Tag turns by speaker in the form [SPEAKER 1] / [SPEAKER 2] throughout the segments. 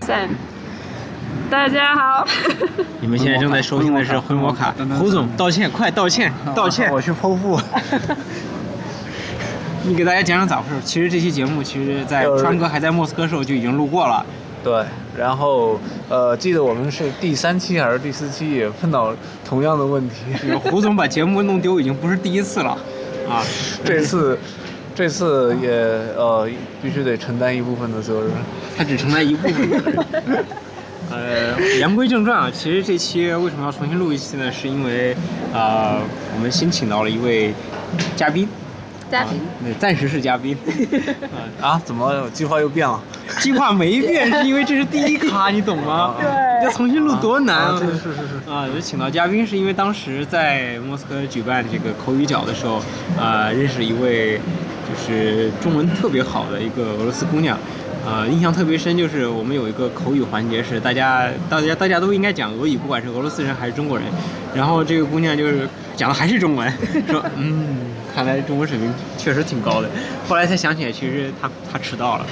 [SPEAKER 1] 赞。大家好，
[SPEAKER 2] 你们现在正在收听的是回魔卡，胡总道歉，快道歉， 道歉！
[SPEAKER 3] 我去剖腹。
[SPEAKER 2] 你给大家讲讲咋回事？其实这期节目，其实在
[SPEAKER 3] 就是
[SPEAKER 2] 川哥还在莫斯科时候就已经录过了。
[SPEAKER 3] 对，然后呃，记得我们是第三期还是第四期也碰到同样的问题，
[SPEAKER 2] 这个胡总把节目弄丢已经不是第一次了，啊，
[SPEAKER 3] 这次这次也呃必须得承担一部分的责任。
[SPEAKER 2] 他只承担一部分。呃，言归正传啊，其实这期为什么要重新录一期呢？是因为啊、呃我们新请到了一位嘉宾，
[SPEAKER 1] 嘉宾，
[SPEAKER 2] 那暂时是嘉宾。 啊
[SPEAKER 3] 啊，怎么计划又变了？
[SPEAKER 2] 计划没变，是因为这是第一卡，你懂吗？
[SPEAKER 1] 对
[SPEAKER 2] 要重新录多难
[SPEAKER 3] 啊啊是是是是
[SPEAKER 2] 啊！就请到嘉宾，是因为当时在莫斯科举办这个口语角的时候，啊、认识一位就是中文特别好的一个俄罗斯姑娘，啊、印象特别深，就是我们有一个口语环节是大家大家大家都应该讲俄语，不管是俄罗斯人还是中国人，然后这个姑娘就是讲的还是中文， 说嗯，看来中文水平确实挺高的，后来才想起来，其实她她迟到了。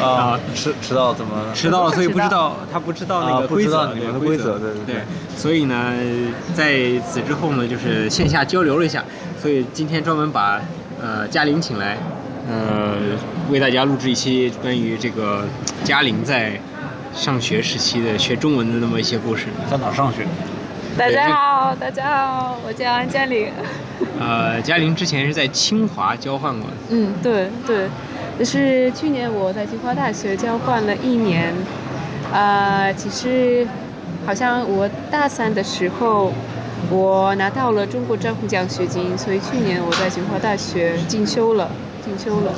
[SPEAKER 3] 啊，迟迟到怎么了？
[SPEAKER 2] 迟 到了，所以不知
[SPEAKER 1] 迟
[SPEAKER 2] 道他不知道那
[SPEAKER 3] 啊
[SPEAKER 2] 个
[SPEAKER 3] 不
[SPEAKER 2] 规
[SPEAKER 3] 知
[SPEAKER 2] 则，
[SPEAKER 3] 道你
[SPEAKER 2] 对
[SPEAKER 3] 们的
[SPEAKER 2] 规
[SPEAKER 3] 规则对对
[SPEAKER 2] 对
[SPEAKER 3] 对。
[SPEAKER 2] 所以呢，在此之后呢，就是线下交流了一下，所以今天专门把呃嘉玲请来，呃，为大家录制一期关于这个嘉玲在上学时期的学中文的那么一些故事。
[SPEAKER 3] 在哪上学？
[SPEAKER 1] 大家好，大家好，我叫安嘉玲。
[SPEAKER 2] 呃，嘉玲之前是在清华交换过的，
[SPEAKER 1] 嗯，对对，就是去年我在清华大学交换了一年，呃，其实好像我大三的时候，我拿到了中国政府奖学金，所以去年我在清华大学进修了，进修了。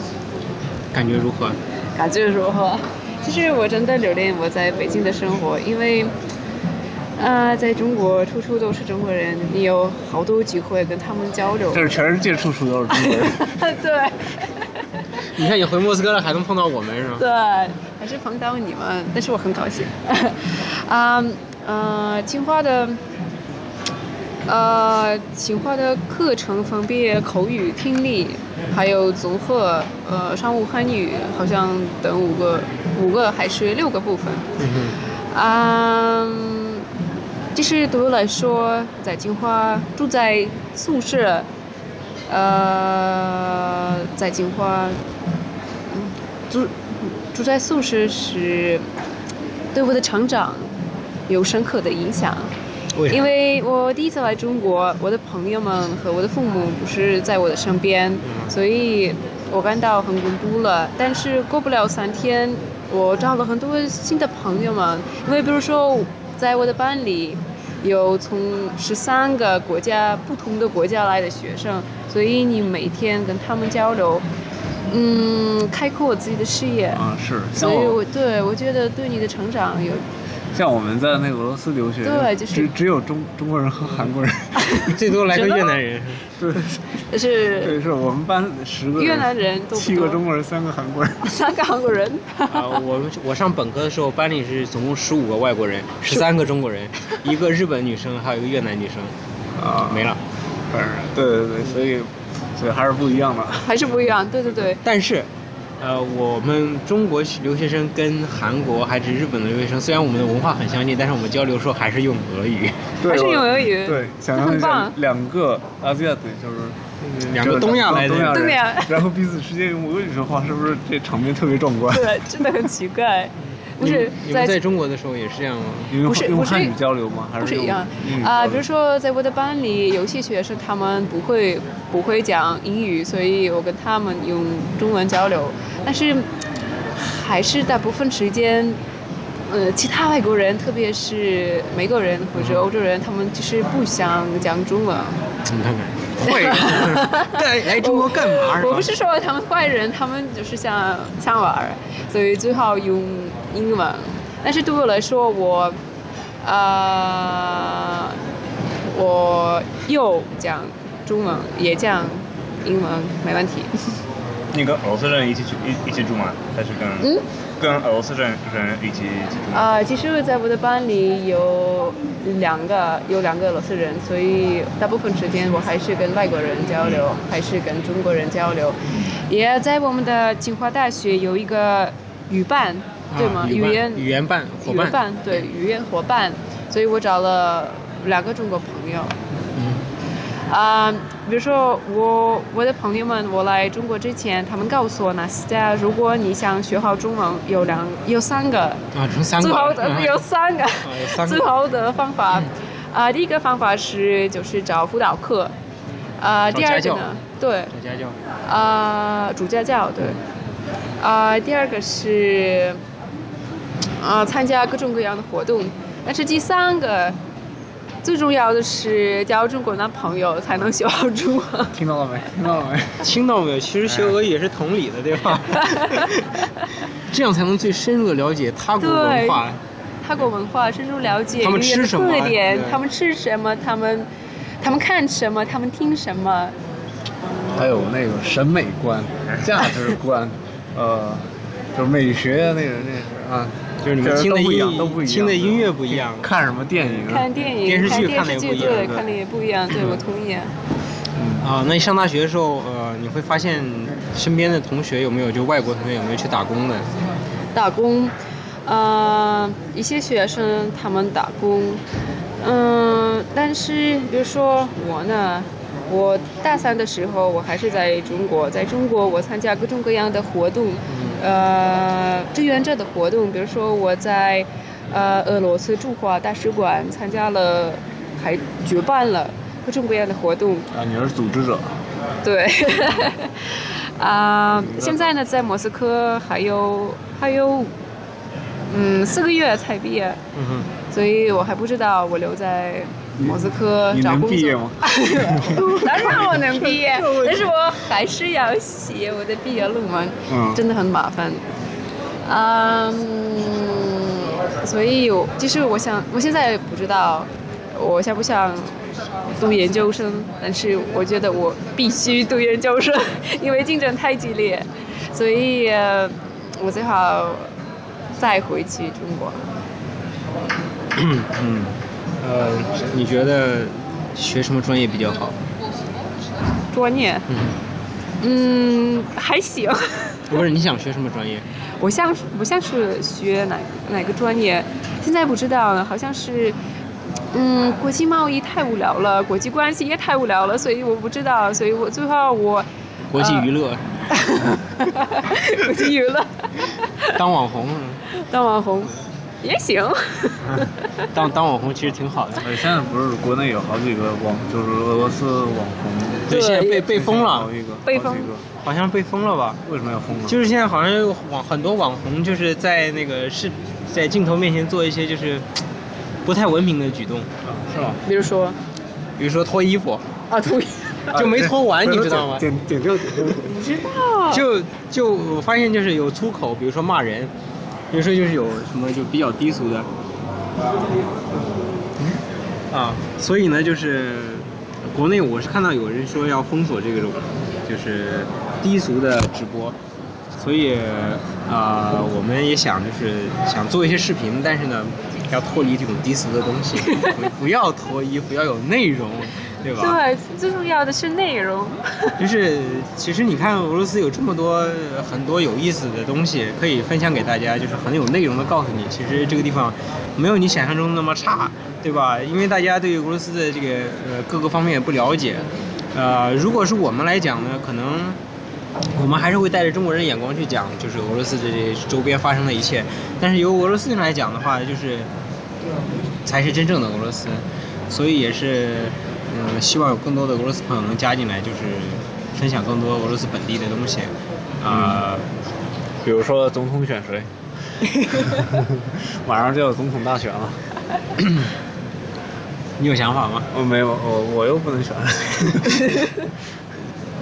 [SPEAKER 2] 感觉如何？
[SPEAKER 1] 感觉如何？其实我真的留恋我在北京的生活，因为，呃，在中国处处都是中国人，你有好多机会跟他们交流。
[SPEAKER 3] 这是全世界处处都是中国人。
[SPEAKER 1] 对，
[SPEAKER 2] 你看你回莫斯科了，还能碰到我们是 吗？
[SPEAKER 1] 对，还是碰到你们，但是我很高兴。 啊、呃，清华的，呃，清华的课程分别口语、听力，还有综合，呃，商务汉语，好像等五个、五个还是六个部分。嗯，其实对我来说，在金华住在宿舍，呃，在金华，嗯，住住在宿舍是对我的成长有深刻的影响。
[SPEAKER 2] 为啥
[SPEAKER 1] 因为我第一次来中国，我的朋友们和我的父母不是在我的身边，
[SPEAKER 2] 嗯
[SPEAKER 1] 所以我感到很孤独了。但是过不了三天，我找了很多新的朋友们，因为比如说在我的班里。有从十三个国家不同的国家来的学生，所以你每天跟他们交流，嗯，开阔我自己的视野，
[SPEAKER 3] 啊，是。
[SPEAKER 1] 所
[SPEAKER 3] 像
[SPEAKER 1] 以
[SPEAKER 2] 哦
[SPEAKER 3] 我
[SPEAKER 1] 我对我觉得对你的成长有
[SPEAKER 3] 像我们在那个俄罗斯留学，
[SPEAKER 1] 对就是
[SPEAKER 3] 只只有中中国人和韩国人。
[SPEAKER 2] 最多来个越南人。
[SPEAKER 3] 对，
[SPEAKER 1] 就是
[SPEAKER 3] 对，是我们班十个人
[SPEAKER 1] 越南人都不
[SPEAKER 3] 七个
[SPEAKER 1] 多
[SPEAKER 3] 中国人，三个韩国人。
[SPEAKER 1] 三个韩国人，
[SPEAKER 2] 啊，我们我上本科的时候，班里是总共十五个外国人，十三个中国人，一个日本女生，还有一个越南女生，
[SPEAKER 3] 啊
[SPEAKER 2] 没了。
[SPEAKER 3] 对对对，所以所以还是不一样的。
[SPEAKER 1] 嗯还是不一样。对对对，
[SPEAKER 2] 但是，呃，我们中国留学生跟韩国还是日本的留学生，虽然我们的文化很相近，但是我们交流时候还是用俄语，
[SPEAKER 1] 还是
[SPEAKER 3] 我
[SPEAKER 1] 有俄语
[SPEAKER 3] 对，想
[SPEAKER 1] 那
[SPEAKER 3] 象
[SPEAKER 1] 很
[SPEAKER 3] 一下
[SPEAKER 1] 棒，
[SPEAKER 3] 两个阿斯亚对，就是。
[SPEAKER 2] 嗯两个东亚来的
[SPEAKER 3] 东亚
[SPEAKER 2] 人。
[SPEAKER 1] 对呀
[SPEAKER 3] 人，然后彼此之间用俄语说话，是不是这场面特别壮观？
[SPEAKER 1] 对，真的很奇怪。不
[SPEAKER 2] 你们
[SPEAKER 1] 是
[SPEAKER 2] 嗯你
[SPEAKER 1] 在
[SPEAKER 2] 们在中国的时候也是这样吗？
[SPEAKER 3] 你们
[SPEAKER 1] 不是
[SPEAKER 3] 用
[SPEAKER 1] 不
[SPEAKER 3] 用
[SPEAKER 1] 是
[SPEAKER 3] 汉语交流吗？还
[SPEAKER 1] 不是
[SPEAKER 3] 用
[SPEAKER 1] 一样
[SPEAKER 3] 英
[SPEAKER 2] 嗯
[SPEAKER 3] 语
[SPEAKER 1] 啊、
[SPEAKER 3] 交流
[SPEAKER 1] 比如说在我的班里，有些学生他们不会不会讲英语，所以我跟他们用中文交流，但是还是大部分时间。呃，其他外国人，特别是美国人或
[SPEAKER 2] 嗯
[SPEAKER 1] 者欧洲人，他们就是不想讲中文。
[SPEAKER 2] 你看看， 会来来中国干嘛？
[SPEAKER 1] 我不
[SPEAKER 2] 是吧
[SPEAKER 1] 是
[SPEAKER 2] 啊
[SPEAKER 1] 说他们坏人，他们就是想想玩儿，所以最好用英文。但是对我来说，我呃，我又讲中文，也讲英文，没问题。
[SPEAKER 4] 你跟俄罗斯人一起去一一起住吗？还是跟、
[SPEAKER 1] 嗯
[SPEAKER 4] 跟俄罗斯人人一起一起住吗？
[SPEAKER 1] 呃，其实，在我的班里有两个有两个俄罗斯人，所以大部分时间我还是跟外国人交流，还是跟
[SPEAKER 4] 嗯
[SPEAKER 1] 中国人交流。也在我们的清华大学有一个语伴，对吗？
[SPEAKER 2] 啊
[SPEAKER 1] 语言
[SPEAKER 2] 语言伴伙
[SPEAKER 1] 语言
[SPEAKER 2] 伴，
[SPEAKER 1] 伴对语言伙伴，所以我找了两个中国朋友。
[SPEAKER 2] 嗯
[SPEAKER 1] 啊、比如说我我的朋友们，我来中国之前，他们告诉我哪些家，如果你想学好中文，有两有三个，
[SPEAKER 2] 啊，成三个
[SPEAKER 1] 最
[SPEAKER 2] 了
[SPEAKER 1] 好的
[SPEAKER 2] 啊
[SPEAKER 1] 有三个，
[SPEAKER 2] 啊有 三个嗯
[SPEAKER 1] 最好的方法，啊、第一个方法是就是找辅导课，啊、
[SPEAKER 2] 找
[SPEAKER 1] 第二
[SPEAKER 2] 家
[SPEAKER 1] 个
[SPEAKER 2] 教
[SPEAKER 1] 呢，对，
[SPEAKER 2] 找家教，
[SPEAKER 1] 啊、主家教对，啊、第二个是，啊、参加各种各样的活动，但是第三个。最重要的是交中国男朋友才能学好中文。
[SPEAKER 2] 听到了没？听到了没？听到没有？其实学俄语也是同理的，对 吧？这样才能最深入的了解他国文化。
[SPEAKER 1] 泰国文化，深入了解
[SPEAKER 2] 他们
[SPEAKER 1] 语言
[SPEAKER 2] 吃
[SPEAKER 1] 的
[SPEAKER 2] 什么
[SPEAKER 1] 特点
[SPEAKER 2] 对，
[SPEAKER 1] 他们吃什么，他们他们看什么，他们听什么。
[SPEAKER 3] 还有那个审美观、价值观，呃，就是美学啊那个那个啊，
[SPEAKER 2] 就是你们听
[SPEAKER 3] 都
[SPEAKER 2] 的
[SPEAKER 3] 不一
[SPEAKER 2] 音
[SPEAKER 3] 样，都不一样，
[SPEAKER 2] 听的音乐不一样
[SPEAKER 3] 看什么电影啊？
[SPEAKER 1] 看电影、
[SPEAKER 2] 电视剧
[SPEAKER 1] 看
[SPEAKER 2] 看得
[SPEAKER 1] 电视
[SPEAKER 2] 也
[SPEAKER 1] 剧，
[SPEAKER 2] 不一样
[SPEAKER 1] 对，
[SPEAKER 2] 对
[SPEAKER 1] 看的也不一样。对，我同意。啊
[SPEAKER 3] 嗯，
[SPEAKER 2] 啊、那你上大学的时候，呃，你会发现身边的同学有没有就外国同学有没有去打工的？
[SPEAKER 1] 打工，呃，一些学生他们打工，嗯、但是比如说我呢，我大三的时候我还是在中国，在中国我参加各种各样的活动，呃，志愿者的活动，比如说我在呃俄罗斯驻华大使馆参加了，还举办了各种各样的活动，
[SPEAKER 3] 啊，你是组织者，
[SPEAKER 1] 对， 啊、现在呢，在莫斯科还有还有，嗯，四个月才毕业，
[SPEAKER 2] 嗯哼。
[SPEAKER 1] 所以我还不知道我留在莫斯科
[SPEAKER 3] 你
[SPEAKER 1] 找
[SPEAKER 3] 能
[SPEAKER 1] 工作。
[SPEAKER 3] 毕业吗
[SPEAKER 1] 当然我能毕 业，但是我还是要写我的毕业论文，
[SPEAKER 3] 嗯
[SPEAKER 1] 真的很麻烦。嗯，所以我其实我想，我现在不知道我想不想读研究生，但是我觉得我必须读研究生， 因为竞争太激烈，所以呃我最好再回去中国。
[SPEAKER 2] 嗯， 呃，你觉得学什么专业比较好？
[SPEAKER 1] 专业，
[SPEAKER 2] 嗯，
[SPEAKER 1] 嗯，还行。
[SPEAKER 2] 不是你想学什么专业？
[SPEAKER 1] 我像我像是学哪哪个专业，现在不知道了，好像是，嗯，国际贸易太无聊了，国际关系也太无聊了，所以我不知道，所以我最后我
[SPEAKER 2] 国际娱乐，
[SPEAKER 1] 国际娱乐
[SPEAKER 2] 当网红，
[SPEAKER 1] 当网红也行，
[SPEAKER 2] 当当网红其实挺好的。
[SPEAKER 3] 呃对，现在不是国内有好几个网，就是俄罗斯网红，
[SPEAKER 1] 对
[SPEAKER 2] 对，现在被被封了
[SPEAKER 3] 好，几个，
[SPEAKER 1] 被
[SPEAKER 3] 好几
[SPEAKER 1] 封
[SPEAKER 3] 个
[SPEAKER 2] 好像被封了吧？
[SPEAKER 3] 为什么要封呢？
[SPEAKER 2] 就是现在好像有网很多网红就是在那个视在镜头面前做一些就是不太文明的举动，
[SPEAKER 3] 啊是吗？
[SPEAKER 1] 比如说
[SPEAKER 2] 比如说脱衣服，呃
[SPEAKER 1] 啊，同意，
[SPEAKER 2] 就没脱完，
[SPEAKER 3] 哎这
[SPEAKER 2] 你知道吗？
[SPEAKER 3] 点点 掉，点掉。
[SPEAKER 1] 不知道，
[SPEAKER 2] 就就我发现就是有粗口，比如说骂人，比如说就是有什么就比较低俗的，啊，所以呢就是国内我是看到有人说要封锁这个种就是低俗的直播，所以啊、呃我们也想就是想做一些视频，但是呢要脱离这种低俗的东西， 不不要脱衣服，要有内容，对吧？
[SPEAKER 1] 对， 最重要的是内容，
[SPEAKER 2] 就是其实你看俄罗斯有这么多呃很多有意思的东西可以分享给大家，就是很有内容的告诉你，其实这个地方没有你想象中那么差，对吧？因为大家对俄罗斯的这个呃各个方面也不了解，呃，如果是我们来讲呢，可能。我们还是会带着中国人眼光去讲，就是俄罗斯的这周边发生的一切。但是由俄罗斯人来讲的话，就是才是真正的俄罗斯，所以也是，嗯，希望有更多的俄罗斯朋友能加进来，就是分享更多俄罗斯本地的东西，啊、
[SPEAKER 3] 嗯比如说总统选 谁， 马上就要总统大选了，
[SPEAKER 2] 你有想法吗？
[SPEAKER 3] 我哦没有，我我又不 能选，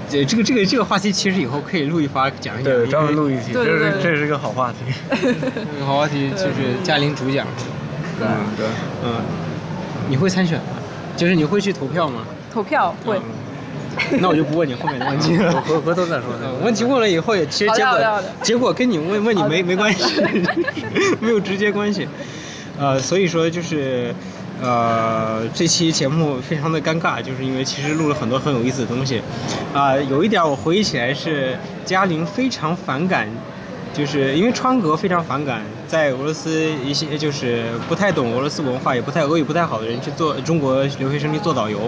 [SPEAKER 2] 这这个这个这个话题其实以后可以录一发讲一讲，
[SPEAKER 3] 对，专门 录
[SPEAKER 2] 一。
[SPEAKER 3] 一期，
[SPEAKER 1] 对
[SPEAKER 3] 这
[SPEAKER 1] 对
[SPEAKER 3] 是
[SPEAKER 1] 对
[SPEAKER 3] 这是一个好 话题，
[SPEAKER 2] 这个话题就是嘉玲主讲，
[SPEAKER 3] 嗯对，
[SPEAKER 2] 嗯，你会参选吗？就是你会去投票 吗？
[SPEAKER 1] 投票会。
[SPEAKER 2] 那我就不问你后面的问题了。
[SPEAKER 3] 嗯回回头再说，
[SPEAKER 2] 呃问题问了以后，也其实结
[SPEAKER 1] 嗯好
[SPEAKER 2] 果
[SPEAKER 1] 的好的好的
[SPEAKER 2] 结果跟你问问你
[SPEAKER 1] 好的
[SPEAKER 2] 没 没关系，没有直接关系。呃，所以说就是呃，这期节目非常的尴尬，就是因为其实录了很多很有意思的东西。啊、有一点我回忆起来是嘉玲非常反感就是因为川格非常反感，在俄罗斯一些就是不太懂俄罗斯文化，也不太俄语不太好的人去做中国留学生去做导游。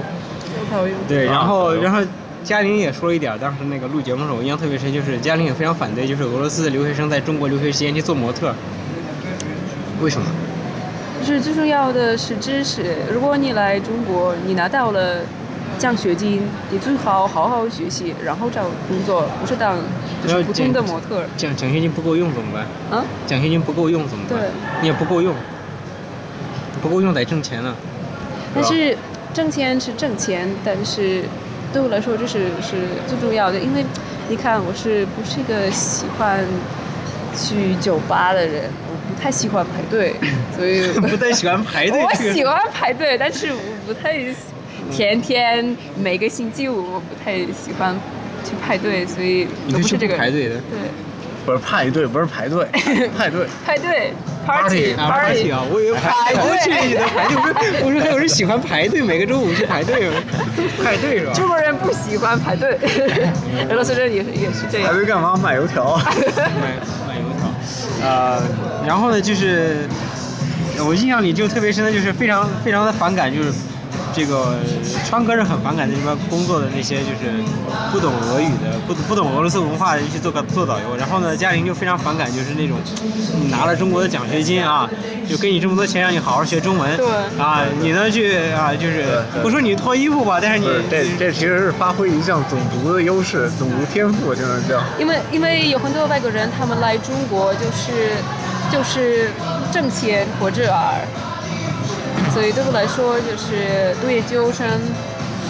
[SPEAKER 1] 我讨厌。
[SPEAKER 2] 对，
[SPEAKER 4] 啊
[SPEAKER 2] 然后
[SPEAKER 4] 导游
[SPEAKER 2] 然后嘉玲也说了一点儿，当时那个录节目的时候我印象特别深，就是嘉玲也非常反对，就是俄罗斯的留学生在中国留学期间去做模特儿。
[SPEAKER 3] 为什么？
[SPEAKER 1] 就是最重要的是知识。如果你来中国，你拿到了奖学金，你最好好好学习，然后找工作，不是当就是普通的模特儿
[SPEAKER 2] 奖奖学金不够用怎么办？
[SPEAKER 1] 啊。
[SPEAKER 2] 奖学金不够用怎么办？
[SPEAKER 1] 对
[SPEAKER 2] 你也不够用，不够用得挣钱啊呢。
[SPEAKER 1] 但
[SPEAKER 2] 吧
[SPEAKER 1] 是挣钱是挣钱，但是对我来说这是是最重要的，因为你看我是不是一个喜欢去酒吧的人，我不太喜欢排队，所以
[SPEAKER 2] 不太喜欢排队
[SPEAKER 1] 我
[SPEAKER 2] 这个嗯
[SPEAKER 1] 喜欢排队，但是我不太喜天天每个星期五我不太喜欢去排队，所以我
[SPEAKER 2] 你就
[SPEAKER 1] 不
[SPEAKER 2] 是
[SPEAKER 1] 是这
[SPEAKER 2] 不
[SPEAKER 1] 个
[SPEAKER 2] 排
[SPEAKER 1] 人
[SPEAKER 2] 队的。
[SPEAKER 1] 对
[SPEAKER 3] 不是派对，不是 排队，派对。
[SPEAKER 1] 派对
[SPEAKER 3] Party，
[SPEAKER 2] 啊，排队啊！我以为排队去的排队，我说我说还有人喜欢排队，每个周五去排 队吗？排队是吧？
[SPEAKER 1] 中国人不喜欢排 队，俄罗斯人也是也是这样
[SPEAKER 3] 排。队干嘛？买油条。
[SPEAKER 2] 啊买买油条，呃，然后呢，就是我印象里就特别深的就是非常非常的反感，就是这个川哥是很反感在这边工作的那些就是不懂俄语的、不不懂俄罗斯文化的人去做个做导游，然后呢，嘉玲就非常反感，就是那种你拿了中国的奖学金啊，就给你这么多钱让你好好学中文，
[SPEAKER 1] 对
[SPEAKER 2] 啊，你呢去啊就是
[SPEAKER 3] 对对
[SPEAKER 2] 不说你脱衣服吧，但是你
[SPEAKER 3] 不是，这这其实是发挥一项种族的优势，种族天赋，现在叫。
[SPEAKER 1] 因为因为有很多外国人，他们来中国就是就是挣钱或者儿，所以对我来说就是读研究生，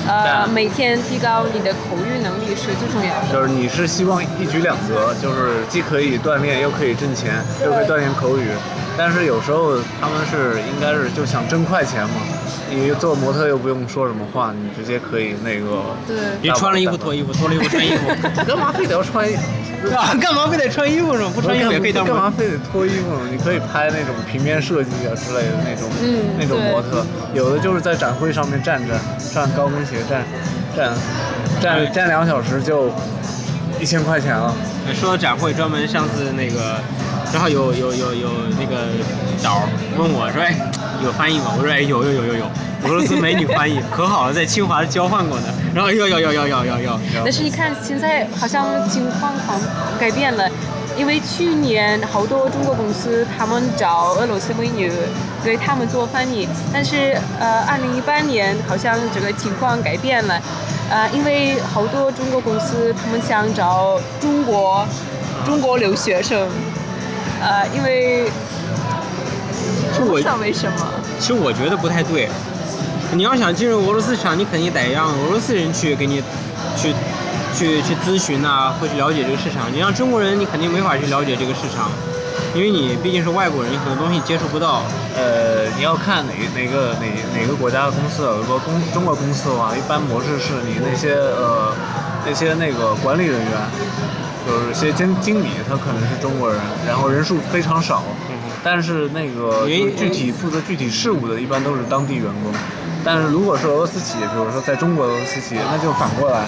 [SPEAKER 1] 呃，每天提高你的口语能力是最重要的。
[SPEAKER 3] 就是你是希望一举两得，就是既可以锻炼，又可以挣钱，又可以锻炼口语。但是有时候他们是应该是就想挣快钱嘛，你做模特又不用说什么话，你直接可以那个。
[SPEAKER 1] 对，
[SPEAKER 2] 你穿了衣服脱衣服，脱了衣服穿衣服，
[SPEAKER 3] 干嘛非得要穿？
[SPEAKER 2] 啊，干嘛非得穿衣服是吧？不穿衣服也可以当模
[SPEAKER 3] 干
[SPEAKER 2] 特
[SPEAKER 3] 嘛非得脱衣服呢？你可以拍那种平面设计啊之类的那种，
[SPEAKER 1] 嗯
[SPEAKER 3] 那种
[SPEAKER 1] 对
[SPEAKER 3] 模特，有的就是在展会上面站站，穿高跟鞋站站站站两小时就一千块钱了。
[SPEAKER 2] 说到展会，专门上次那个，正好有有有有那个导儿问我说，哎，有翻译吗？我说，哎，有有有有有，俄罗斯美女翻译可好了，在清华交换过呢。然后有有有有有有有，
[SPEAKER 1] 但是你看现在好像情况好像改变了，因为去年好多中国公司他们找俄罗斯美女给他们做翻译，但是呃，二零一八年好像这个情况改变了，呃，因为好多中国公司他们想找中国中国留学生，呃，因为
[SPEAKER 2] 是
[SPEAKER 1] 不
[SPEAKER 2] 我
[SPEAKER 1] 知道为什么。
[SPEAKER 2] 其实我觉得不太对。你要想进入俄罗斯市场，你肯定得让俄罗斯人去给你去去去咨询呐、会去了解这个市场。你让中国人，你肯定没法去了解这个市场，因为你毕竟是外国人，你很多东西接触不到。
[SPEAKER 3] 呃，你要看哪哪个哪哪个国家的公司，如果公中国公司的话，一般模式是你那些呃那些那个管理人员，就是些经经理，他可能是中国人，然后人数非常少，
[SPEAKER 1] 嗯
[SPEAKER 3] 但是那个
[SPEAKER 2] 因为
[SPEAKER 3] 就是具体负责具体事务的，一般都是当地员工。但是如果是俄罗斯企业，比如说在中国的俄罗斯企业，那就反过来，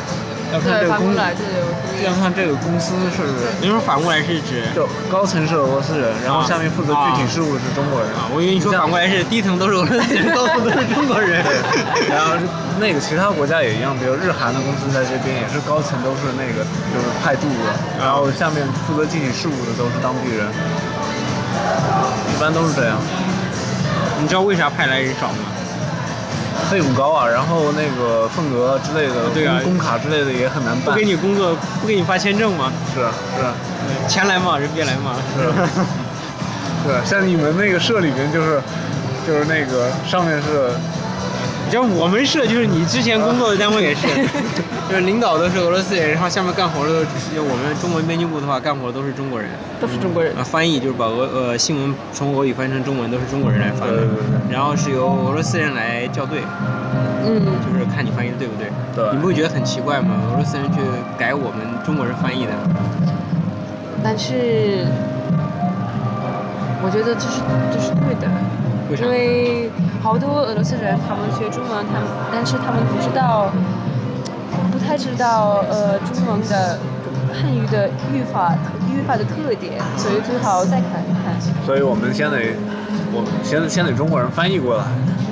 [SPEAKER 3] 要看
[SPEAKER 1] 对，
[SPEAKER 3] 这
[SPEAKER 1] 反
[SPEAKER 3] 个公
[SPEAKER 1] 过
[SPEAKER 3] 司，
[SPEAKER 1] 来，对，我同意
[SPEAKER 3] 要看这个公司是
[SPEAKER 2] 你说反过来是指
[SPEAKER 3] 就高层是俄罗斯人，然
[SPEAKER 1] 啊
[SPEAKER 3] 后下面负责具体事务是中国人。
[SPEAKER 2] 啊，我以为你说反过来是低层都是俄罗斯人，高层都是中国人。
[SPEAKER 3] 然后那个其他国家也一样，比如日韩的公司在这边也是高层都是那个就是派驻
[SPEAKER 2] 嗯
[SPEAKER 3] 的，然后下面负责具体事务的都是当地人，一般都是这样，
[SPEAKER 2] 你知道为啥派来人少吗？
[SPEAKER 3] 费用高啊，然后那个份额之类的，
[SPEAKER 2] 对啊
[SPEAKER 3] 工工卡之类的也很难
[SPEAKER 2] 不
[SPEAKER 3] 办。
[SPEAKER 2] 给你工作，不给你发签证吗？
[SPEAKER 3] 是是
[SPEAKER 2] 钱来嘛，人别来 嘛。
[SPEAKER 3] 是是，像你们那个社里面就是就是那个上面是
[SPEAKER 2] 你知道我们社就是你之前工作的单位 也是，就是领导都是俄罗斯人，然后下面干活的都是就我们中文编辑部的话，干活都是中国人。
[SPEAKER 1] 都是中国人。
[SPEAKER 2] 啊，翻译就是把俄呃新闻从俄语翻成中文，都是中国人来翻的，
[SPEAKER 3] 对对对
[SPEAKER 2] 然后是由俄罗斯人来校对，
[SPEAKER 1] 嗯，
[SPEAKER 2] 就是看你翻译的对不对。
[SPEAKER 3] 对
[SPEAKER 2] 你不会觉得很奇怪吗？俄罗斯人去改我们中国人翻译的。
[SPEAKER 1] 但是我觉得这是这是对的，
[SPEAKER 2] 为啥
[SPEAKER 1] 因为好多俄罗斯人他们学中文，他们但是他们不知道，不太知道呃中文的汉语的语法语语法的特点，所以最好再看一看。
[SPEAKER 3] 所以我们先得，我们先先得中国人翻译过来，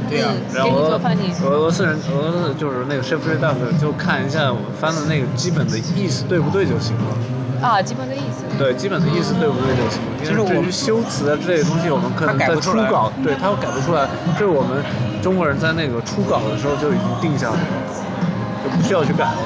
[SPEAKER 2] 对呀、
[SPEAKER 1] 嗯
[SPEAKER 3] 然后
[SPEAKER 1] 给你
[SPEAKER 3] 俄
[SPEAKER 1] 做翻译
[SPEAKER 3] 俄罗斯人俄罗斯就是那个 chef r e d a c 就看一下我们翻的那个基本的意思对不对就行了。
[SPEAKER 1] 啊，基本的意思。
[SPEAKER 3] 对，基本的意思对不对就行了。
[SPEAKER 2] 其实我
[SPEAKER 3] 因为至于修辞啊之类的东西，我们可能
[SPEAKER 2] 他改
[SPEAKER 3] 在
[SPEAKER 2] 不出
[SPEAKER 3] 初
[SPEAKER 2] 来嗯
[SPEAKER 3] 稿，对他改不出来，这是我们中国人在那个初稿的时候就已经定下来了，就不需要去改了。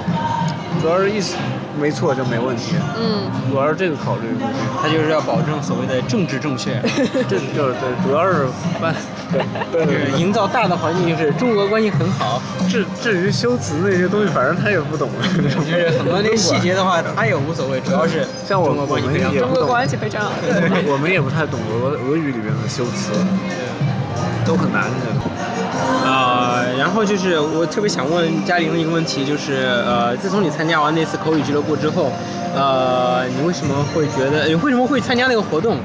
[SPEAKER 3] 主要是意思没错就没问题，
[SPEAKER 1] 嗯，
[SPEAKER 3] 主要是这个 考虑过去。
[SPEAKER 2] 他就是要保证所谓的政治正确，
[SPEAKER 3] 这就是对，主要是翻对对
[SPEAKER 2] 就
[SPEAKER 3] 对
[SPEAKER 2] 是
[SPEAKER 3] 对
[SPEAKER 2] 营造大的环境，就是中俄关系很好。
[SPEAKER 3] 至至于修辞那些东西，反正他也不 懂。
[SPEAKER 2] 就是很多那些细节的话，他也无所谓，主要是
[SPEAKER 3] 像我
[SPEAKER 2] 中俄关系非常
[SPEAKER 3] 我们也
[SPEAKER 2] 好
[SPEAKER 1] 中。国关系非常好。对
[SPEAKER 3] 我们也不太懂俄俄语里面的修辞，都很难的。
[SPEAKER 2] 呃，然后就是我特别想问嘉玲的一个问题，就是呃，自从你参加完那次口语俱乐部之后，呃，你为什么会觉得，你为什么会参加那个活动？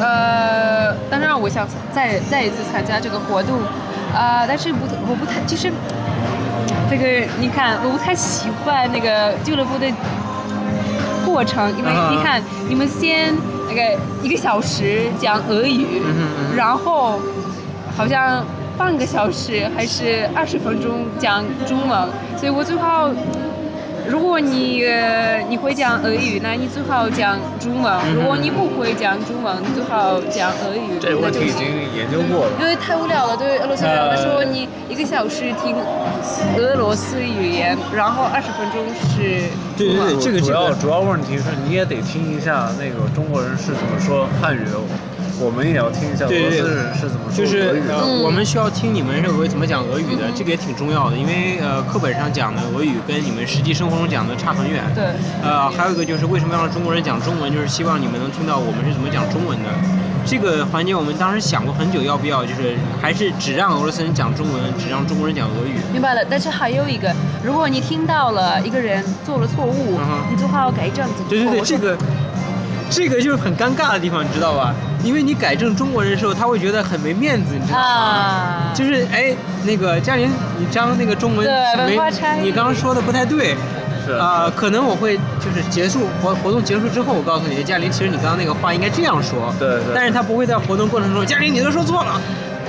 [SPEAKER 1] 呃，当然我想再再一次参加这个活动，啊、但是不，我不太，就是这个你看，我不太喜欢那个俱乐部的过程，因为
[SPEAKER 2] 啊
[SPEAKER 1] 你看，你们先那个一个小时讲俄语，
[SPEAKER 2] 嗯哼嗯哼
[SPEAKER 1] 然后好像半个小时还是二十分钟讲中文，所以我最后。如果你、呃、你会讲俄语，那你最好讲中文；
[SPEAKER 2] 嗯
[SPEAKER 1] 如果你不会讲中文，你最好讲俄语。
[SPEAKER 3] 这个
[SPEAKER 1] 那
[SPEAKER 3] 问
[SPEAKER 1] 就
[SPEAKER 3] 题已
[SPEAKER 1] 行
[SPEAKER 3] 经研究过了。
[SPEAKER 1] 因为太无聊了，对俄罗斯人来说，
[SPEAKER 2] 呃
[SPEAKER 1] 你一个小时听俄罗斯语言，然后二十分钟是
[SPEAKER 2] 对对对，这个
[SPEAKER 3] 主
[SPEAKER 2] 这
[SPEAKER 3] 要
[SPEAKER 2] 个
[SPEAKER 3] 主要问题是你也得听一下那个中国人是怎么说汉语的，我们也要听一下俄
[SPEAKER 2] 对
[SPEAKER 3] 罗斯
[SPEAKER 2] 对
[SPEAKER 3] 人是怎么说
[SPEAKER 2] 就
[SPEAKER 3] 俄
[SPEAKER 2] 是
[SPEAKER 3] 语
[SPEAKER 2] 呃
[SPEAKER 3] 啊的。
[SPEAKER 1] 嗯
[SPEAKER 2] 我们需要听你们认为怎么讲俄语的，这个也挺重要的，因为呃课本上讲的俄语跟你们实际生活中讲的差很远。
[SPEAKER 1] 对。
[SPEAKER 2] 呃，还有一个就是为什么要让中国人讲中文，就是希望你们能听到我们是怎么讲中文的。这个环节我们当时想过很久，要不要就是还是只让俄罗斯人讲中文，只让中国人讲俄语。
[SPEAKER 1] 明白了。但是还有一个，如果你听到了一个人做了错误，
[SPEAKER 2] 嗯哼
[SPEAKER 1] 你最好改正。
[SPEAKER 2] 对对对，
[SPEAKER 1] 我
[SPEAKER 2] 这个这个就是很尴尬的地方，你知道吧？因为你改正中国人的时候，他会觉得很没面子，你知道吗？
[SPEAKER 1] 啊，
[SPEAKER 2] 就是哎，那个嘉玲，你刚那个中文
[SPEAKER 1] 对文
[SPEAKER 2] 没
[SPEAKER 1] 化差异，
[SPEAKER 2] 你刚刚说的不太对。
[SPEAKER 3] 是
[SPEAKER 2] 啊、可能我会就是结束活活动结束之后，我告诉你，嘉玲，其实你刚刚那个话应该这样说。
[SPEAKER 3] 对对
[SPEAKER 2] 但是他不会在活动过程中，嘉玲，你都说错了。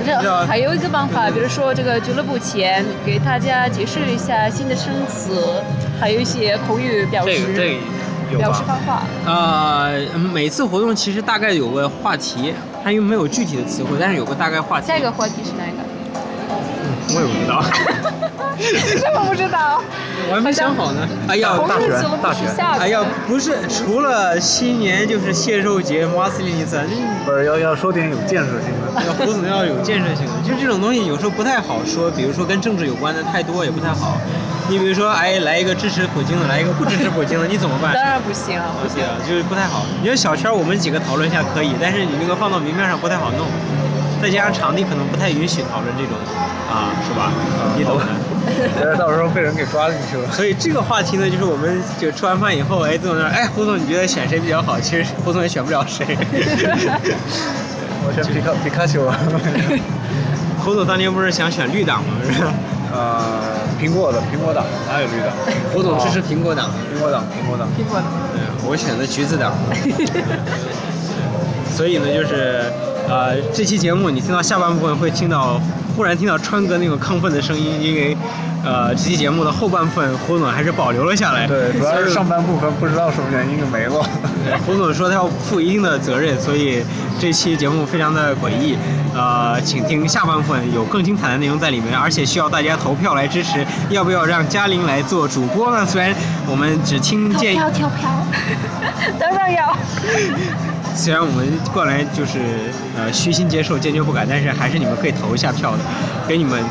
[SPEAKER 1] 这还有一个办法，
[SPEAKER 2] 对对
[SPEAKER 1] 比如说这个俱乐部前给大家解释一下新的生词，还有一些口语表
[SPEAKER 3] 这个这
[SPEAKER 1] 示
[SPEAKER 3] 个有
[SPEAKER 1] 表示
[SPEAKER 3] 吧？
[SPEAKER 1] 方法。
[SPEAKER 2] 呃，每次活动其实大概有个话题，它又没有具体的词汇，但是有个大概话题。
[SPEAKER 1] 下一个话题是哪一个？
[SPEAKER 2] 我也不知 道，
[SPEAKER 1] 你怎么不知道？
[SPEAKER 2] 我还没想好呢。哎呀，
[SPEAKER 1] 红
[SPEAKER 3] 大
[SPEAKER 1] 日
[SPEAKER 3] 学
[SPEAKER 1] 子我
[SPEAKER 3] 大
[SPEAKER 1] 不是
[SPEAKER 3] 学
[SPEAKER 1] 下个
[SPEAKER 2] 哎呀，不是，除了新年就是谢寿节、马斯嗯林尼咱
[SPEAKER 3] 不是要要说点有建设性的。
[SPEAKER 2] 要胡总要有建设性的，就这种东西有时候不太好说，比如说跟政治有关的太多也不太好。你比如说，哎，来一个支持普京的，来一个不支持普京的，你怎么办
[SPEAKER 1] 当？然不行啊，不
[SPEAKER 2] 对
[SPEAKER 1] 行。
[SPEAKER 2] 啊，就是不太好。你说小圈儿我们几个讨论一下可以，但是你那个放到明面上不太好弄，再加上场地可能不太允许讨论这种，啊，是吧？你懂的。
[SPEAKER 3] 但是到时候被人给抓进去了。
[SPEAKER 2] 所以这个话题呢，就是我们就吃完饭以后，哎，坐在那儿，哎，胡总你觉得选谁比较好？其实胡总也选不了谁。
[SPEAKER 3] 我选皮卡皮卡丘啊，
[SPEAKER 2] 胡总当年不是想选绿党吗？是吧？
[SPEAKER 1] 哦
[SPEAKER 3] 呃，苹果的苹果党哪有绿党？
[SPEAKER 2] 胡总支持苹果党，
[SPEAKER 3] 苹果党苹果党。
[SPEAKER 1] 苹果
[SPEAKER 2] 对，我选的橘子党。 所以呢，就是呃，这期节目你听到下半部分会听到，忽然听到川哥那种亢奋的声音，因为呃，这期节目的后半部分胡总还是保留了下来。
[SPEAKER 3] 对，主要
[SPEAKER 2] 所
[SPEAKER 3] 是
[SPEAKER 2] 以
[SPEAKER 3] 上半部分不知道什么原因就没了。
[SPEAKER 2] 对胡总说他要负一定的责任，所以这期节目非常的诡异。呃，请听下半部分有更精彩的内容在里面，而且需要大家投票来支持。要不要让嘉玲来做主播呢？虽然我们只听
[SPEAKER 1] 投
[SPEAKER 2] 见，
[SPEAKER 1] 票投票，当然要。
[SPEAKER 2] 虽然我们过来就是呃虚心接受，坚决不改，但是还是你们可以投一下票的，给你们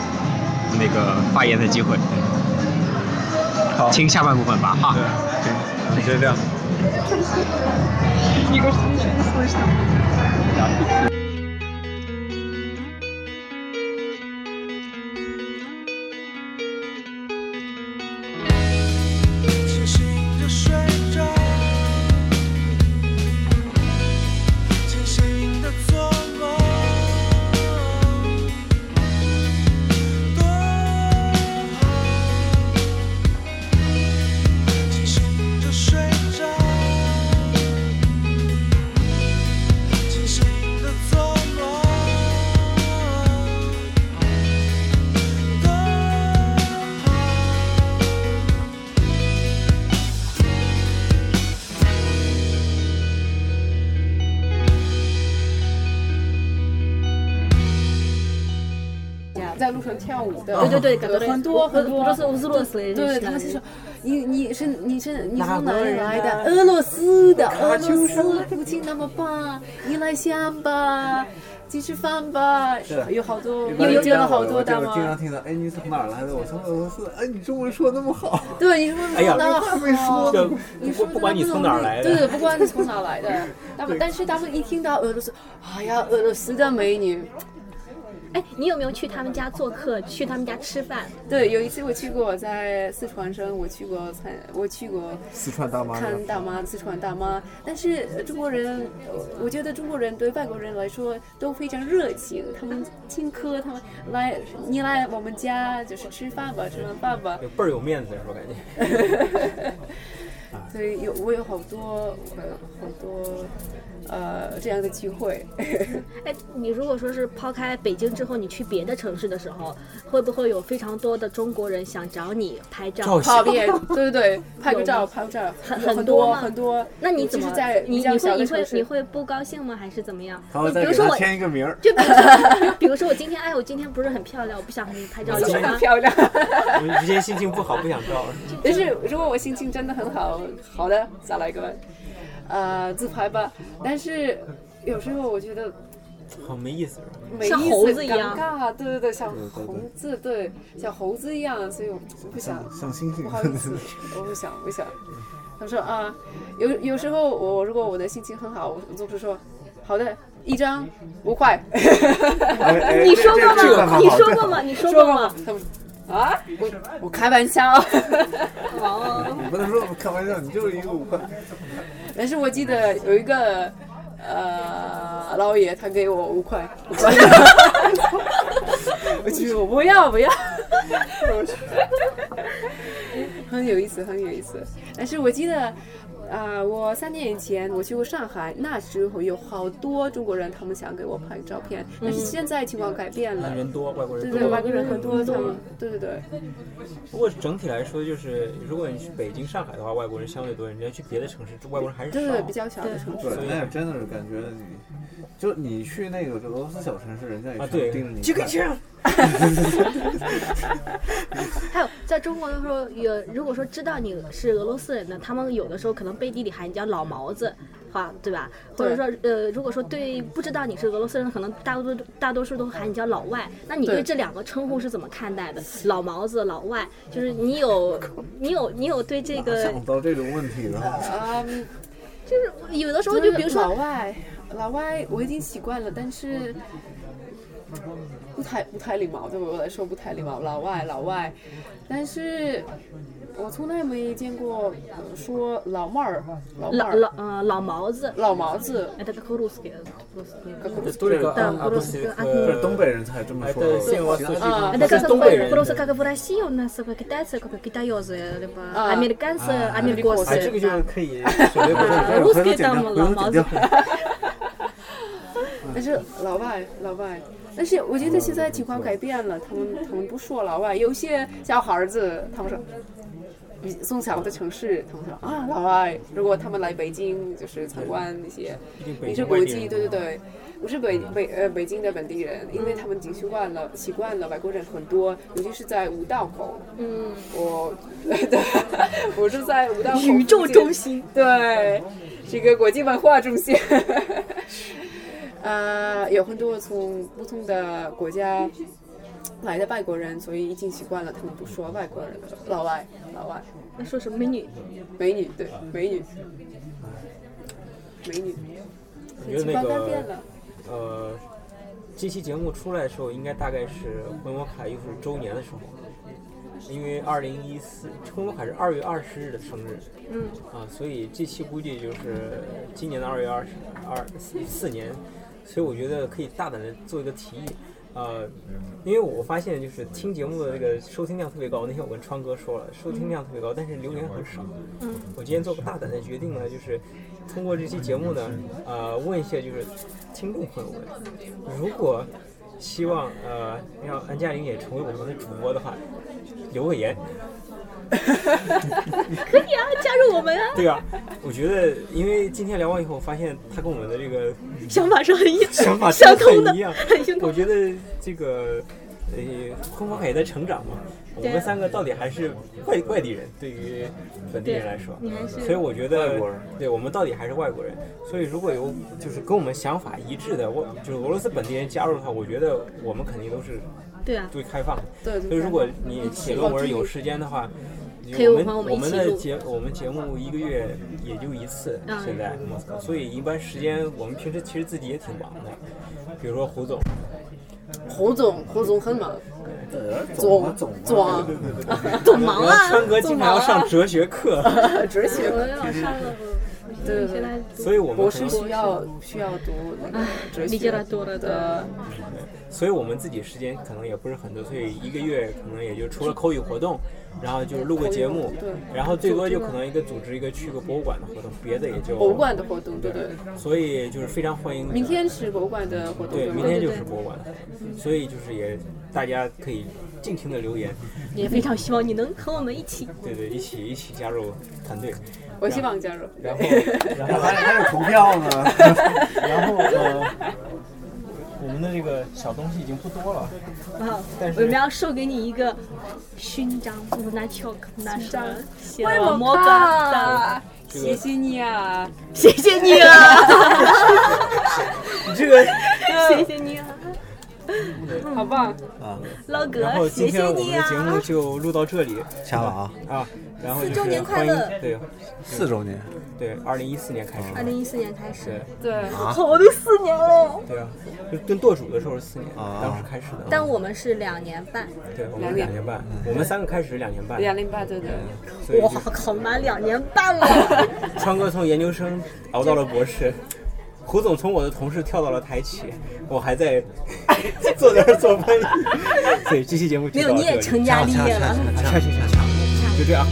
[SPEAKER 2] 那个发言的机会。
[SPEAKER 3] 好
[SPEAKER 2] 听下半部分吧，哈。
[SPEAKER 3] 对，行，嗯就这样。
[SPEAKER 5] 清醒的睡着，清醒的做梦，多好！清醒着睡着，
[SPEAKER 6] 在路上跳舞的，
[SPEAKER 7] 对对对，感觉
[SPEAKER 6] 很多很
[SPEAKER 7] 俄
[SPEAKER 6] 多
[SPEAKER 7] 罗斯俄罗斯人，
[SPEAKER 6] 对，他们就说你你是你是你
[SPEAKER 7] 哪
[SPEAKER 6] 从哪
[SPEAKER 7] 国
[SPEAKER 6] 里
[SPEAKER 7] 人
[SPEAKER 6] 来的
[SPEAKER 7] 啊？
[SPEAKER 6] 俄罗斯的，俄罗斯父亲那么棒，你来西安吧，去吃饭吧，有好多，
[SPEAKER 7] 般
[SPEAKER 6] 有
[SPEAKER 7] 人
[SPEAKER 6] 见
[SPEAKER 7] 家
[SPEAKER 6] 了好
[SPEAKER 7] 我
[SPEAKER 6] 多大
[SPEAKER 3] 我经常
[SPEAKER 6] 妈。
[SPEAKER 3] 听到，哎，你从哪儿来的？我从俄
[SPEAKER 2] 呃
[SPEAKER 3] 罗斯。哎，你中文说那么好，
[SPEAKER 6] 对，你说
[SPEAKER 2] 哎呀
[SPEAKER 6] 说那
[SPEAKER 3] 还没说，
[SPEAKER 6] 好
[SPEAKER 2] 这
[SPEAKER 6] 你
[SPEAKER 2] 不
[SPEAKER 6] 说
[SPEAKER 2] 不管你从哪儿来的，
[SPEAKER 6] 对对，不管你从哪儿来的，他们但是他们一听到俄罗斯，哎呀，俄罗斯的美女，
[SPEAKER 7] 哎，你有没有去他们家做客，去他们家吃饭？
[SPEAKER 6] 对，有一次我去过，在四川省，我去过参，我去过
[SPEAKER 3] 四川大妈是吧
[SPEAKER 6] 看大妈，四川大妈。但是呃中国人，呃我觉得中国人对外国人来说都非常热情，他们请客，他们来，你来我们家就是吃饭吧，吃完饭吧。
[SPEAKER 2] 就倍儿有面子，我感觉。
[SPEAKER 6] 所以有我有好多呃好多呃这样的聚会。
[SPEAKER 7] 哎，你如果说是抛开北京之后，你去别的城市的时候，会不会有非常多的中国人想找你拍照？
[SPEAKER 6] 跑遍，对对 对，拍个照，拍个照，
[SPEAKER 7] 很
[SPEAKER 6] 有
[SPEAKER 7] 很
[SPEAKER 6] 很
[SPEAKER 7] 多吗
[SPEAKER 6] 很多。
[SPEAKER 7] 那你
[SPEAKER 6] 就
[SPEAKER 7] 怎
[SPEAKER 6] 是
[SPEAKER 7] 么
[SPEAKER 6] 在
[SPEAKER 7] 你
[SPEAKER 6] 比
[SPEAKER 7] 你
[SPEAKER 6] 较小
[SPEAKER 7] 会
[SPEAKER 6] 的
[SPEAKER 7] 你
[SPEAKER 6] 城
[SPEAKER 7] 会
[SPEAKER 6] 市
[SPEAKER 7] 你会不高兴吗？还是怎么样？
[SPEAKER 3] 然后
[SPEAKER 7] 比
[SPEAKER 3] 哦再
[SPEAKER 7] 如
[SPEAKER 3] 给
[SPEAKER 7] 说
[SPEAKER 3] 他
[SPEAKER 7] 我，
[SPEAKER 3] 签一个名儿。
[SPEAKER 7] 就比如说比如说我今天哎，我今天不是很漂亮，我不想和你拍照，有
[SPEAKER 6] 很
[SPEAKER 7] 吗？
[SPEAKER 6] 漂 亮。
[SPEAKER 2] 我今天心情不好，不想照。
[SPEAKER 6] 但是如果我心情真的很好，好的，再来一个，呃，自拍吧。但是有时候我觉得
[SPEAKER 2] 好没意思。
[SPEAKER 6] 没意
[SPEAKER 7] 像
[SPEAKER 6] 思，
[SPEAKER 7] 猴子一样
[SPEAKER 6] 尴尬，对对对，像猴子，对，像猴子一样，所以我不想，
[SPEAKER 3] 像猩猩
[SPEAKER 6] 不好意思，我不想，不想。他说啊，有有时候我如果我的心情很好，我总是说，好的，一张五块，
[SPEAKER 3] 哎哎
[SPEAKER 7] 你说过
[SPEAKER 3] 这这个办法
[SPEAKER 7] 吗？
[SPEAKER 3] 好
[SPEAKER 7] 你说过吗？你 说
[SPEAKER 6] 说
[SPEAKER 7] 过
[SPEAKER 6] 过吗
[SPEAKER 7] 吗？？
[SPEAKER 6] 他们啊，我我开玩笑。
[SPEAKER 7] 哦，
[SPEAKER 3] 你不能说我开玩笑，你就是一个五块。
[SPEAKER 6] 但是我记得有一个呃老爷，他给我五块，五块我就说我不要不要，很有意思很有意思。但是我记得。啊、我三年以前我去过上海，那时候有好多中国人，他们想给我拍照片，但是现在情况改变了，
[SPEAKER 2] 人多，外国人
[SPEAKER 6] 对
[SPEAKER 2] 多。
[SPEAKER 6] 对，外国人很多，他们对对对，
[SPEAKER 2] 不过整体来说，就是如果你去北京、上海的话，外国人相对多；你要去别的城市，外国人还是
[SPEAKER 6] 对对
[SPEAKER 2] 少。
[SPEAKER 6] 对比较小的城市，
[SPEAKER 3] 对，那真的是感觉你，就你去那个俄罗斯小城市，人家也
[SPEAKER 2] 啊
[SPEAKER 3] 是
[SPEAKER 2] 对
[SPEAKER 3] 盯着你看。
[SPEAKER 2] 这个这样
[SPEAKER 7] 还有在中国的时候，有如果说知道你是俄罗斯人的，他们有的时候可能背地里喊你叫老毛子，哈，对吧？或
[SPEAKER 6] 对
[SPEAKER 7] 者说，呃，如果说对不知道你是俄罗斯人，可能大多大多数都喊你叫老外。那你对
[SPEAKER 6] 对
[SPEAKER 7] 这两个称呼是怎么看待的？老毛子、老外，就是你 有你有你有对这个，
[SPEAKER 3] 想到这种问题的话，
[SPEAKER 6] 嗯，
[SPEAKER 7] 就是有的时候就比如
[SPEAKER 6] 老
[SPEAKER 7] 说，
[SPEAKER 6] 外，老外我已经习惯了，但是不太不太礼貌，对我来说不太礼貌。老外，老外，但是我从来没见过呃说老妹儿、老妹
[SPEAKER 7] 老
[SPEAKER 6] 儿、
[SPEAKER 7] 老呃老毛子，
[SPEAKER 6] 老毛子。
[SPEAKER 7] 哎，他的 Kuruski，
[SPEAKER 2] 多这个
[SPEAKER 7] 但
[SPEAKER 2] 阿布斯
[SPEAKER 7] 俄罗
[SPEAKER 3] 这
[SPEAKER 7] 斯
[SPEAKER 2] 和
[SPEAKER 3] 是东北人才这么
[SPEAKER 2] 哎，
[SPEAKER 3] 说
[SPEAKER 2] 对，信
[SPEAKER 3] 的。
[SPEAKER 2] 我
[SPEAKER 3] 其
[SPEAKER 2] 所
[SPEAKER 3] 他
[SPEAKER 2] 去
[SPEAKER 3] 地
[SPEAKER 6] 啊
[SPEAKER 2] 地方，
[SPEAKER 7] Это как
[SPEAKER 2] 是
[SPEAKER 7] в,
[SPEAKER 2] 东北人
[SPEAKER 7] в
[SPEAKER 2] 的。
[SPEAKER 7] просто как в России у нас как китайцы, как китайцы, либо
[SPEAKER 6] А.
[SPEAKER 7] американцы,
[SPEAKER 2] 哎，这个
[SPEAKER 7] америкосы.
[SPEAKER 2] 就是可以 省略不是。
[SPEAKER 7] 啊
[SPEAKER 3] 方。回头
[SPEAKER 7] русские
[SPEAKER 3] 剪掉，
[SPEAKER 7] там
[SPEAKER 3] 回
[SPEAKER 7] ло-
[SPEAKER 3] 头剪掉
[SPEAKER 7] мазы。 嗯
[SPEAKER 6] 但是老外，老外，但是我觉得现在情况改变了，他们他们不说老外，有些小孩子他们说。
[SPEAKER 7] 嗯
[SPEAKER 6] 比从小的城市，他们说啊，老外，如果他们来北京就是参观那些，你是国际，对对对，我是北北呃北京的本地人，因为他们已经习惯了习惯了外国人很多，尤其是在五道口，
[SPEAKER 7] 嗯，
[SPEAKER 6] 我 对，我住在五道口
[SPEAKER 7] 宇宙
[SPEAKER 6] 附近
[SPEAKER 7] 中心，
[SPEAKER 6] 对，是一个国际文化中心。呃，有很多从不同的国家来的外国人，所以已经习惯了他们不说外国人了，老外，老外，
[SPEAKER 7] 那说什么美女？
[SPEAKER 6] 美女，对，美女，美女，
[SPEAKER 2] 我觉得
[SPEAKER 6] 习
[SPEAKER 2] 那
[SPEAKER 6] 惯改变
[SPEAKER 2] 个
[SPEAKER 6] 了。
[SPEAKER 2] 呃，这期节目出来的时候，应该大概是回摩卡又是周年的时候。因为二零一四，回摩卡是二月二十日的生日，
[SPEAKER 7] 嗯，
[SPEAKER 2] 啊，所以这期估计就是今年的二月二十二四四年，所以我觉得可以大胆的做一个提议，呃，因为我发现就是听节目的这个收听量特别高，那天我跟川哥说了，收听量特别高，但是留言很少。
[SPEAKER 7] 嗯，
[SPEAKER 2] 我今天做个大胆的决定呢，就是通过这期节目呢，呃，问一些就是听众朋友们，如果希望呃让安嘉玲也成为我们的主播的话，留个言。
[SPEAKER 7] 可以啊，加入我们啊，
[SPEAKER 2] 对啊，我觉得，因为今天聊完以后，我发现他跟我 们的这个
[SPEAKER 7] 想法是很一
[SPEAKER 2] 想法真
[SPEAKER 7] 相
[SPEAKER 2] 的
[SPEAKER 7] 通的
[SPEAKER 2] 很一样，
[SPEAKER 7] 很相通
[SPEAKER 2] 我觉得这个所以空风也在成长嘛。我
[SPEAKER 7] 对啊
[SPEAKER 2] 们三个到底还是外外地人，对于本地人来说，呃
[SPEAKER 7] 你还是
[SPEAKER 2] 所以我觉得
[SPEAKER 3] 外国人
[SPEAKER 2] 对我们到底还是外国人。所以如果有就是跟我们想法一致的，我就是俄罗斯本地人加入的话，我觉得我们肯定都是
[SPEAKER 7] 对啊，
[SPEAKER 2] 对开放。
[SPEAKER 6] 对
[SPEAKER 2] 所以如果你写论文有时间的话，
[SPEAKER 7] 可以
[SPEAKER 2] 我们
[SPEAKER 7] 和我们
[SPEAKER 2] 我
[SPEAKER 7] 一
[SPEAKER 2] 们
[SPEAKER 7] 起
[SPEAKER 2] 的
[SPEAKER 7] 录
[SPEAKER 2] 节我们节目一个月也就一次，
[SPEAKER 7] 嗯
[SPEAKER 2] 现在莫斯科，所以一般时间我们平时其实自己也挺忙的，比如说胡总，
[SPEAKER 6] 侯总，侯总很忙，
[SPEAKER 3] 总
[SPEAKER 6] 呃总啊
[SPEAKER 3] 总
[SPEAKER 6] 总
[SPEAKER 7] 总忙
[SPEAKER 2] 啊然后
[SPEAKER 7] 啊，
[SPEAKER 2] 川哥
[SPEAKER 7] 总
[SPEAKER 2] 经
[SPEAKER 7] 忙
[SPEAKER 2] 常要
[SPEAKER 7] 啊
[SPEAKER 2] 上。哲学课，
[SPEAKER 6] 哲学
[SPEAKER 7] 我要上了，
[SPEAKER 6] 对
[SPEAKER 7] 现在
[SPEAKER 2] 所以我们
[SPEAKER 6] 我
[SPEAKER 2] 可
[SPEAKER 6] 是
[SPEAKER 2] 能
[SPEAKER 6] 需要需要读那个哲
[SPEAKER 7] 理解了多了
[SPEAKER 6] 的
[SPEAKER 7] 的，
[SPEAKER 2] 所以我们自己时间可能也不是很多，所以一个月可能也就除了口语活动，然后就录个节目，然后最多就可能一个组织一个去个博物馆的活动，别的也就
[SPEAKER 6] 博物馆的活动，对对。
[SPEAKER 2] 所以就是非常欢迎。
[SPEAKER 6] 明天是博物馆的活动，
[SPEAKER 2] 对，
[SPEAKER 6] 吗
[SPEAKER 2] 明天就是博物馆的活动，所以就是也大家可以尽情的留言，
[SPEAKER 7] 也非常希望你能和我们一起。
[SPEAKER 2] 对对，一起一起加入团队，
[SPEAKER 6] 我希望加入。
[SPEAKER 2] 然 后然后
[SPEAKER 3] 还还有哎投票呢，
[SPEAKER 2] 然后呃，我们的这个小东西已经不多了，
[SPEAKER 7] 哇，
[SPEAKER 2] 但是
[SPEAKER 7] 嗯我们要授给你一个勋章，我拿 chalk 拿上写
[SPEAKER 6] 为
[SPEAKER 7] 了
[SPEAKER 6] 我
[SPEAKER 7] 摩嘎
[SPEAKER 6] 吧，谢谢你啊！
[SPEAKER 7] 谢谢你 啊，
[SPEAKER 2] 你这个
[SPEAKER 7] 谢谢你啊，
[SPEAKER 6] 好棒，
[SPEAKER 7] 老
[SPEAKER 2] 然后
[SPEAKER 7] 哥，
[SPEAKER 2] 今天我
[SPEAKER 7] 谢谢
[SPEAKER 2] 们
[SPEAKER 7] 你
[SPEAKER 2] 的节目
[SPEAKER 7] 啊。
[SPEAKER 2] 就录到这里
[SPEAKER 3] 掐了啊，
[SPEAKER 2] 啊，然后就
[SPEAKER 7] 周
[SPEAKER 2] 是
[SPEAKER 7] 年快
[SPEAKER 2] 欢迎
[SPEAKER 7] 乐
[SPEAKER 2] 对
[SPEAKER 3] 四周年，
[SPEAKER 2] 对，二零一四年开始，
[SPEAKER 7] 二零一四年开始，
[SPEAKER 2] 对
[SPEAKER 6] 对，
[SPEAKER 7] 好的四年了，
[SPEAKER 2] 对啊，就跟舵主的时候是四年，
[SPEAKER 3] 啊
[SPEAKER 2] 当时开始的，
[SPEAKER 7] 但我们是两年半，
[SPEAKER 2] 对，我们
[SPEAKER 6] 两
[SPEAKER 2] 是
[SPEAKER 6] 年
[SPEAKER 2] 两年半，我们三个开始是两年半，
[SPEAKER 6] 两零八，对对。
[SPEAKER 2] 所以就
[SPEAKER 7] 哇靠，满两年半了，
[SPEAKER 2] 川哥从研究生熬到了博士，胡总从我的同事跳到了台企，我还 在坐在这儿做翻译。所以这期节目就
[SPEAKER 7] 没有
[SPEAKER 2] 到
[SPEAKER 7] 你
[SPEAKER 2] 这
[SPEAKER 7] 也
[SPEAKER 2] 里，
[SPEAKER 7] 成家立业了。
[SPEAKER 2] 啊下去下去，就这样。